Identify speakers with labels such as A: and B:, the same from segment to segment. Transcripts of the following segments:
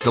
A: The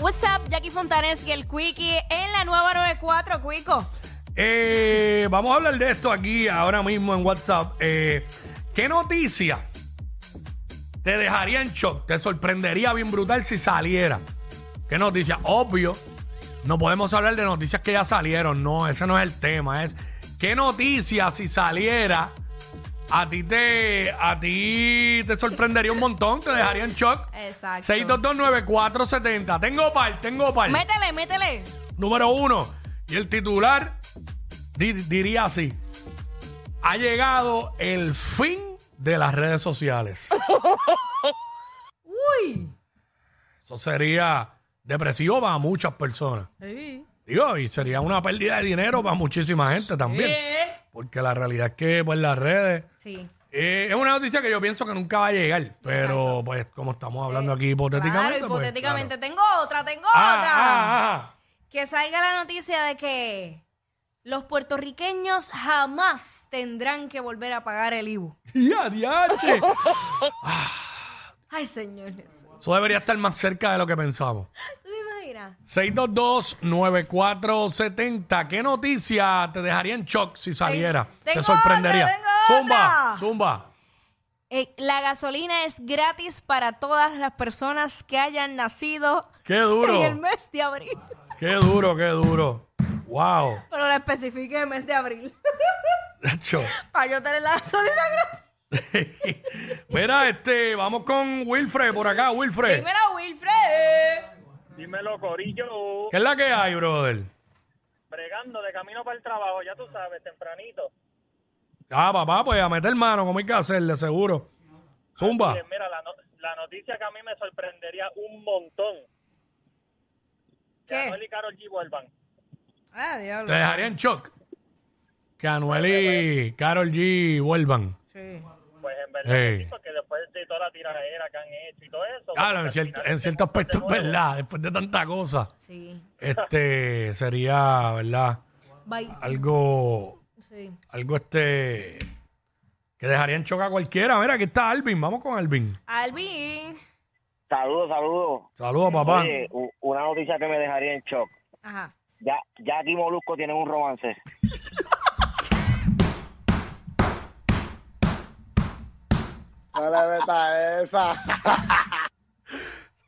B: What's up, Jackie Fontanes y el Quickie en la nueva 94, Quico.
C: Eh, vamos a hablar de esto aquí ahora mismo en WhatsApp. Eh, ¿Qué noticia te dejaría en shock? Te sorprendería bien brutal si saliera. ¿Qué noticia? Obvio, no podemos hablar de noticias que ya salieron. No, ese no es el tema. Es qué noticia si saliera a ti te a ti te sorprendería un montón, te dejaría en shock.
B: Exacto.
C: 6229470. Tengo par, tengo par.
B: Métele, métele.
C: Número uno. Y el titular di- diría así. Ha llegado el fin de las redes sociales.
B: Uy.
C: Eso sería depresivo para muchas personas. Digo, y sería una pérdida de dinero para muchísima gente también.
B: Eh.
C: Porque la realidad es que pues las redes...
B: Sí.
C: eh, es una noticia que yo pienso que nunca va a llegar. Pero pues como estamos hablando aquí hipotéticamente...
B: Eh, Claro,
C: pues,
B: hipotéticamente.
C: claro.
B: Tengo otra, tengo
C: Ah,
B: otra.
C: ah, ah, ah.
B: Que salga la noticia de que los puertorriqueños jamás tendrán que volver a pagar el IVU.
C: ¡Ya, diache!
B: Ay, señores.
C: Eso debería estar más cerca de lo que pensamos.
B: ¿Tú te imaginas?
C: 622-9470. ¿Qué noticia te dejaría en shock si saliera?
B: tengo
C: te sorprendería.
B: otra, tengo
C: zumba,
B: otra.
C: zumba.
B: Eh, la gasolina es gratis para todas las personas que hayan nacido
C: Qué
B: en el
C: duro.
B: mes de abril.
C: Qué duro, qué duro. Wow.
B: Pero la especifique el mes de abril.
C: Nacho.
B: para yo tener la gasolina gratis.
C: Mira, este, vamos con Wilfred por acá, Wilfred.
B: Dímelo, Wilfred.
D: Dímelo, Corillo,
C: ¿Qué es la que hay, brother?
D: bregando de camino para el trabajo, ya tú sabes, tempranito.
C: Ah, papá, pues a meter mano, como hay que hacerle, seguro. Zumba.
D: Oye, mira, la, no- la noticia que a mí me sorprendería un montón. Que
B: ¿Qué?
D: Anuel y Karol G vuelvan.
B: Ah,
C: Te
B: diablo.
C: dejaría en shock. Que Anuel y Carol G vuelvan.
B: Sí.
D: Pues en verdad,
C: Ey.
D: sí, porque después de toda la tiradera que han hecho y todo eso.
C: Claro, en
D: pues, al
C: cierto,
D: final
C: en
D: se
C: cierto
D: juntan de
C: aspecto es
D: nuevo.
C: verdad. Después de tanta cosa,
B: Sí.
C: este sería, ¿verdad?
B: Bye.
C: Algo,
B: Sí.
C: algo este que dejaría en shock a cualquiera. Mira, aquí está Alvin. Vamos con Alvin.
B: Alvin.
E: Saludos, saludos.
C: Saludos, papá.
E: Oye, u- una noticia que me dejaría en shock.
B: Ajá.
E: Ya, Jackie y Molusco tienen un romance.
F: No le meta esa.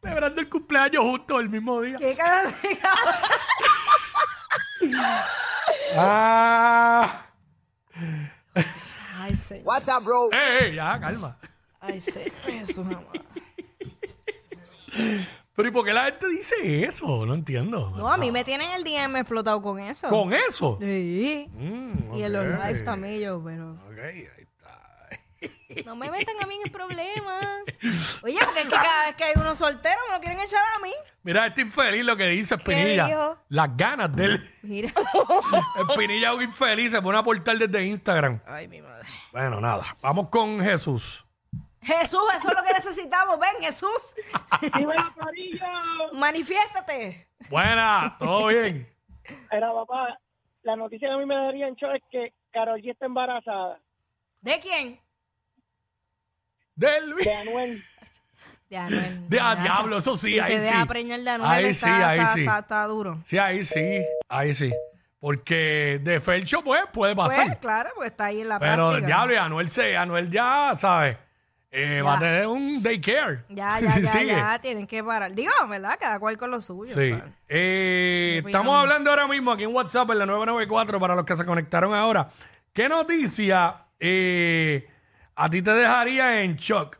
C: Celebrando el cumpleaños justo el mismo día.
B: ¿Qué cara de cabrón?
C: Ah,
B: Ay, señor.
F: What's up, bro?
C: eh, eh, ya, calma.
B: Ay, señor. Eso, mamá.
C: Pero ¿y por qué la gente dice eso? No entiendo.
B: No, a mí me tienen el DM explotado con eso.
C: Con eso.
B: Sí.
C: Mm,
B: Y en los
C: ok,
B: lives también yo, pero
C: ok, ahí está.
B: no me metan a mí en problemas. Oye, porque es que cada vez que hay uno soltero me lo quieren echar a mí.
C: Mira, este infeliz lo que dice Espinilla.
B: dijo?
C: Las ganas de él.
B: Mira.
C: Espinilla un infeliz se pone a portar desde Instagram.
B: Ay, mi madre.
C: Bueno, nada. Vamos con Jesús.
B: Jesús, eso es lo que necesitamos. Ven, Jesús.
D: ¡Dímelo, Corillo!
B: Manifiéstate.
C: Buena, todo bien.
D: Era papá, la noticia que a mí me dejaría en shock es que Karol G está embarazada.
B: ¿De quién?
C: Del vi-
D: Anuel.
B: De Anuel.
C: De a
B: Nacho.
C: diablo, eso sí,
B: Si
C: ahí
B: se
C: sí.
B: deja preñar de Anuel,
C: Ahí
B: está,
C: sí, ahí
B: está,
C: sí.
B: está- está duro.
C: Sí, ahí sí, ahí sí. Porque de Felcho, pues, puede
B: Pues,
C: pasar.
B: claro, pues está ahí en la
C: Pero
B: práctica.
C: diablo, y Anuel, se, Anuel ya, ¿sabes? Eh,
B: Ya.
C: Va a tener un daycare.
B: Ya, ya,
C: Si
B: ya,
C: sigue.
B: ya, tienen que parar. Digo, ¿verdad? Cada cual con lo suyo.
C: Sí.
B: o sea.
C: Eh,
B: Mi
C: estamos
B: opinión.
C: hablando ahora mismo aquí en WhatsApp en la 994 para los que se conectaron ahora. ¿Qué noticia eh, a ti te dejaría en shock?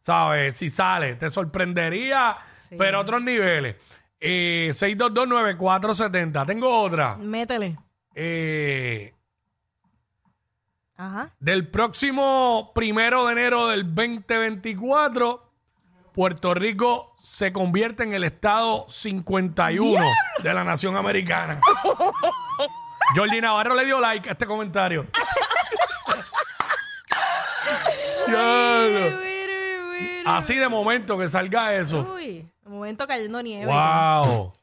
C: ¿Sabes? Si sale, te sorprendería,
B: Sí.
C: pero a otros niveles. Eh, 6229470. Tengo otra.
B: Métele.
C: Eh,
B: Ajá.
C: del próximo primero de enero del 2024, Puerto Rico se convierte en el estado 51 de la nación americana. Jordi Navarro le dio like a este comentario. Diablo. Así de momento que salga eso.
B: Uy, un momento cayendo nieve.
C: Wow.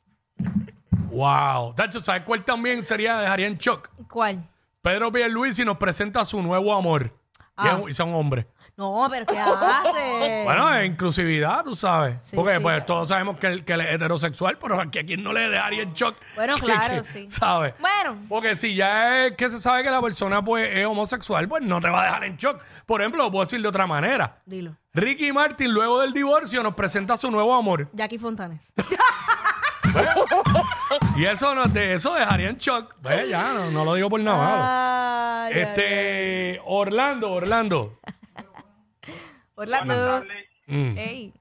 C: Wow. Tacho, ¿sabes cuál también sería? Dejaría en shock.
B: ¿Cuál?
C: Pedro Pierluisi nos presenta su nuevo amor. Y es
B: Ah.
C: un- Y son hombres.
B: No, pero ¿qué hace?
C: Bueno, es inclusividad, tú sabes.
B: Eh, Sí,
C: Porque
B: sí.
C: pues todos sabemos que él, que él es heterosexual, pero aquí a quien no le dejaría el shock.
B: Bueno,
C: Que-
B: claro,
C: que-
B: sí.
C: ¿Sabes?
B: Bueno.
C: Porque si ya es que se sabe que la persona pues es homosexual, pues no te va a dejar en shock. Por ejemplo, lo puedo decir de otra manera.
B: Dilo.
C: Ricky Martin, luego del divorcio, nos presenta su nuevo amor.
B: Jackie Fontanes.
C: Y eso nos de eso dejaría en shock. Pues ya, no, no lo digo por nada.
B: Ah,
C: malo.
B: Ay, ay, ay.
C: este, Orlando, Orlando.
B: Orlando.
C: Mm.
B: Ey.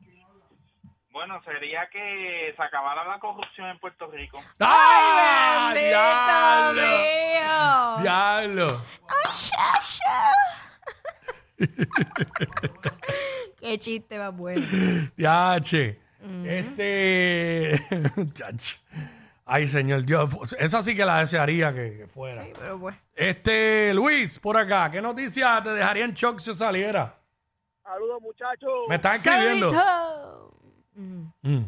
G: Bueno, sería que se acabara la corrupción en Puerto Rico.
C: ¡Ah,
B: ¡Bendito
C: diablo!
B: mío!
C: ¡Diablo!
B: ¡Qué chiste más bueno!
C: Ya, che. Este. Chach. Ay, señor Dios. pues, Esa sí que la desearía que, que fuera.
B: Sí, pero pues.
C: Este, Luis, por acá. ¿Qué noticia te dejaría en shock si saliera?
D: Saludos, muchachos.
C: Me están escribiendo.
B: Solito. Mm,
C: Mm.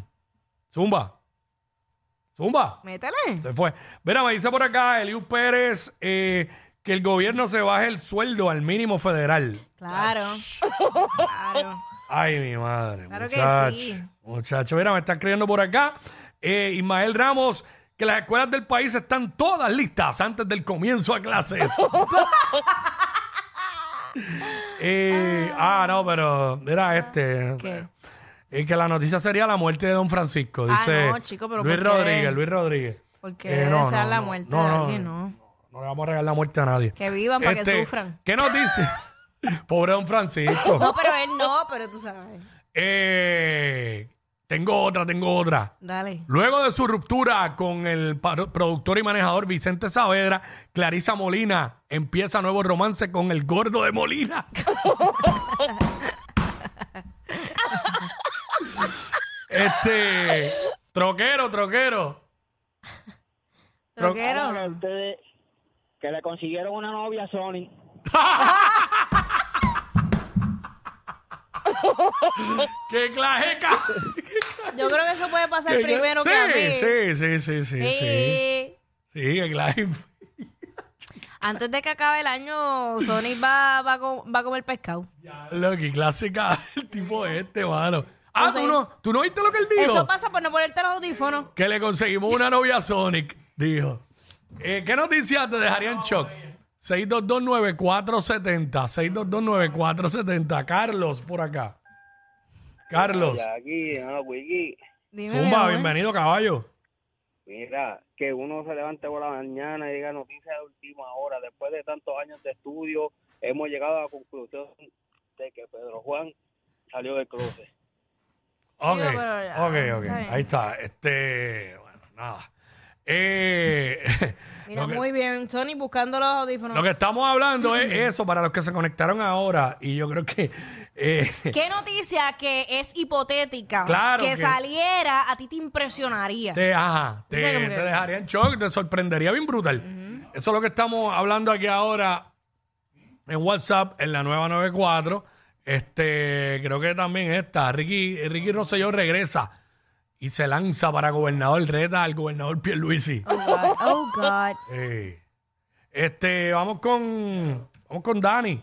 C: Zumba. Zumba.
B: Métele.
C: Se fue. Mira, me dice por acá Eliu Pérez eh, que el gobierno se baje el sueldo al mínimo federal.
B: Claro. Claro.
C: Ay, mi madre.
B: Claro que
C: muchacho,
B: sí.
C: Muchacho, mira, me están escribiendo por acá. Eh, Ismael Ramos, que las escuelas del país están todas listas antes del comienzo a clases. Eh, ah, no, pero era este.
B: Ah, ¿Qué?
C: Eh, que la noticia sería la muerte de Don Francisco,
B: Ah,
C: dice
B: no, chico, pero
C: Luis
B: ¿por qué?
C: Rodríguez, Luis Rodríguez.
B: Porque
C: Eh,
B: debe
C: no,
B: desear
C: no,
B: la
C: no,
B: muerte
C: no,
B: de
C: no,
B: alguien, ¿no?
C: No le vamos a regalar la muerte a nadie. Este,
B: Que vivan para que sufran.
C: ¿Qué noticia? Pobre Don Francisco.
B: No, pero él no, pero tú sabes.
C: Eh, tengo otra, tengo otra.
B: Dale.
C: Luego de su ruptura con el par- productor y manejador Vicente Saavedra, Clarisa Molina empieza nuevo romance con el gordo de Molina. este, troquero, troquero.
B: Troquero.
E: ustedes que le consiguieron una novia a Sony.
C: ¡Qué clajeca!
B: Yo creo que eso puede pasar primero
C: sí,
B: que Eh. a mí.
C: sí, sí, sí, sí, sí.
B: Sí.
C: Sí, que claje-
B: Antes de que acabe el año, Sony va, va, a co- va a comer pescado.
C: Lo que clásica el tipo este, mano. Ah,
B: Entonces-
C: ¿tú no, ¿tú no viste lo que él dijo?
B: Eso pasa por no ponerte los audífonos.
C: Que le conseguimos una novia a Sonic, dijo. Eh, ¿Qué noticias te dejarían shock? 6229470, 6229470. Carlos, por acá. Carlos.
E: Aquí, no, Wiki.
B: Dime, mi
C: Zumba,
B: amor.
C: bienvenido, caballo.
E: Mira, que uno se levante por la mañana y diga noticias de última hora. Después de tantos años de estudio, hemos llegado a la conclusión de que Pedro Juan salió del cruce.
C: Ok,
B: Digo, pero ya,
C: ok, ok.
B: está bien.
C: Ahí está. Este, bueno, nada. Eh,
B: Mira,
C: lo que-
B: muy bien. Sony buscando los audífonos.
C: Lo que estamos hablando es eso para los que se conectaron ahora y yo creo que eh,
B: ¿Qué noticia que es hipotética
C: Claro
B: que,
C: que-
B: saliera a ti te impresionaría?
C: te, ajá, te,
B: Dice como que-
C: te dejaría en shock, te sorprendería bien brutal. Eso es lo que estamos hablando aquí ahora en WhatsApp, en la nueva 94. Este, creo que también esta, Ricky, Ricky Rosselló regresa y se lanza para gobernador, reta al gobernador Pierluisi.
B: Oh, God. Oh, God.
C: Eh, este, vamos con, vamos con Dani.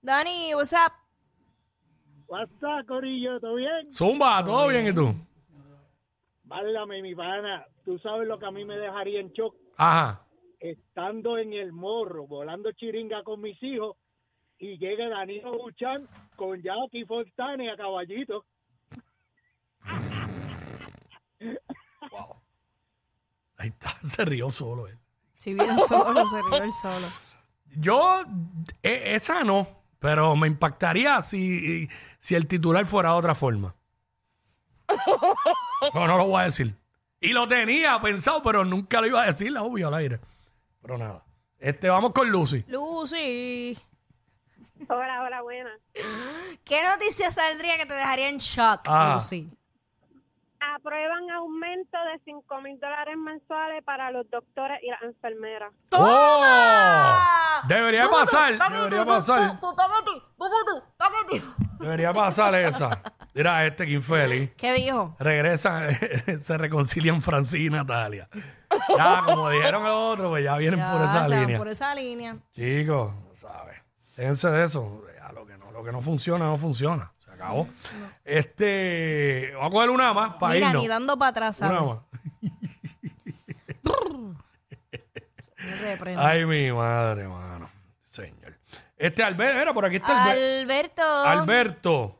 B: Dani, what's up?
D: WhatsApp, Corillo, ¿todo bien?
C: Zumba, ¿todo bien y tú?
D: Válgame, mi pana. Tú sabes lo que a mí me dejaría en shock
C: Ajá.
D: estando en el morro, volando chiringa con mis hijos
F: y llega Danilo Buchan con Jackie Fontane a caballito.
C: Ahí está, se rió solo él.
H: Si bien solo, se rió él solo.
C: Yo, e- esa no, pero me impactaría si, si el titular fuera de otra forma. No, no lo voy a decir. Y lo tenía pensado, pero nunca lo iba a decir, la obvio al aire. Pero nada. Este, vamos con Lucy.
B: Lucy,
I: Hola, hola, buena.
B: ¿qué noticia saldría que te dejaría en shock,
C: Ah.
B: Lucy?
I: Aprueban aumento de 5 mil dólares mensuales para los doctores y las enfermeras.
C: ¡Toma! Oh. Debería
B: Vamos tú,
C: pasar,
B: vamos tú,
C: debería
B: tú,
C: pasar.
B: tú, tú, vamos tú, vamos tú, vamos tú.
C: Debería pasar esa. Mira, este que infeliz.
B: ¿Qué dijo?
C: Regresan, se reconcilian Francis y Natalia. Ya, como dijeron el otro, pues ya vienen por
B: Ya,
C: esa
B: se van
C: línea.
B: Por esa línea.
C: Chicos, ¿sabes? Déjense de eso. Ya, lo, que no, lo que no funciona, no funciona. Se acabó. Este. Vamos a coger una más para
B: Mira,
C: irnos.
B: ni dando para atrás,
C: una
B: ¿sabes?
C: más.
B: Me reprendo.
C: Ay, mi madre, mano. Señor. Este Alberto, mira, por aquí está Alberto.
B: Alberto,
C: Alberto.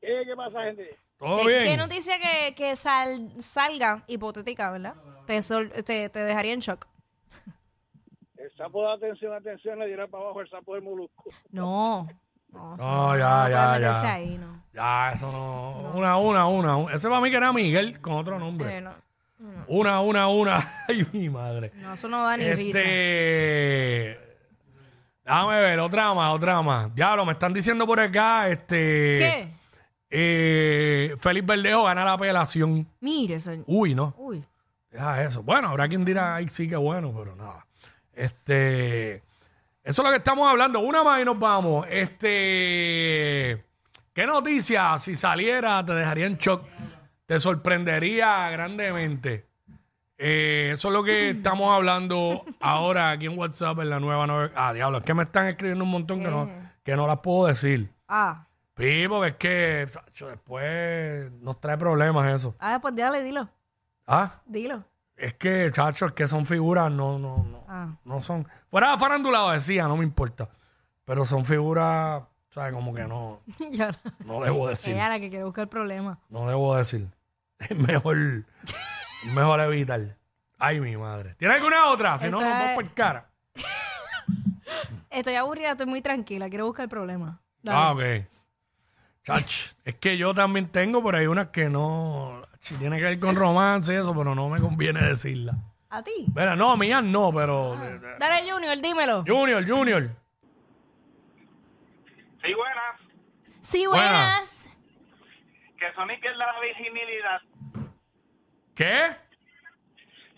F: Eh, ¿Qué pasa, gente?
C: ¿Todo
B: ¿qué, qué
C: bien?
B: noticia que, que sal- salga hipotética, verdad? Te, sol- te, te dejaría en shock.
F: El sapo de atención, atención, le dirá para abajo el sapo del molusco.
B: No. No, eso
C: No, ya,
B: puede
C: ya,
B: meterse
C: ya.
B: ahí, no.
C: Ya, eso no. Una, una, una. un- Ese para mí que era Miguel con otro nombre.
B: Eh, no.
C: Una, una, una. Ay, mi madre.
B: No, eso no da ni risa.
C: Este. Déjame ver, otra más, otra más. Diablo, me están diciendo por acá, este.
B: ¿Qué?
C: Eh, Félix Verdejo gana la apelación.
B: Mire, señor.
C: Uy, no.
B: Uy.
C: Deja eso. Bueno, habrá quien dirá, ay, sí, que bueno, pero nada. Este. Eso es lo que estamos hablando. Una más y nos vamos. Este. ¿Qué noticia si saliera te dejaría en shock? Te sorprendería grandemente. Eh, eso es lo que estamos hablando ahora aquí en WhatsApp en la nueva. nueve- Ah, diablo, es que me están escribiendo un montón que no, que no las puedo decir.
B: Ah,
C: Pipo, que es que chacho, después nos trae problemas eso.
B: ah, pues dale, dilo.
C: Ah.
B: Dilo.
C: Es que, chacho, es que son figuras, no, no, no.
B: Ah.
C: No son. Fuera de farándula decía, no me importa. Pero son figuras, ¿sabes? Como que no,
B: Ya no.
C: no debo decir.
B: Ella la que quiere buscar problema.
C: No debo decir. Es mejor, es mejor evitar. Ay, mi madre. ¿Tiene alguna otra? Si no, nos
B: Esta
C: vamos
B: es-
C: por cara.
B: Estoy aburrida, estoy muy tranquila, quiero buscar problema. Dale.
C: Ah, ok. Chacho, es que yo también tengo, pero hay unas que no. si Tiene que ver con romance y eso, pero no me conviene decirla.
B: A ti.
C: Mira, no, mías no, pero.
B: Dale, Junior, dímelo.
C: Junior, Junior.
G: Sí, buenas.
B: Sí,
C: Buena.
B: buenas.
G: Que Sony pierda la virginidad.
C: ¿Qué?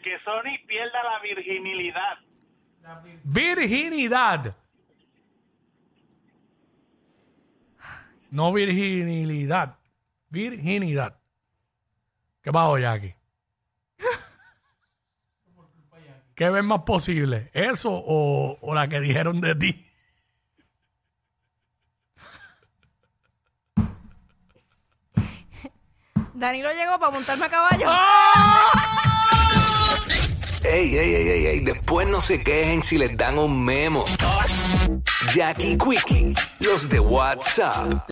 G: Que Sony pierda la virginidad.
C: Virginidad. No virginilidad. Virginidad. ¿Qué pasó, Jackie? ¿Qué ves más posible? ¿Eso o, o la que dijeron de ti?
B: Danilo llegó para montarme a caballo.
C: ¡Ah!
J: Ey, ey, ey, ey, ey, después no se quejen si les dan un memo. Jackie Quickie, los de WhatsApp.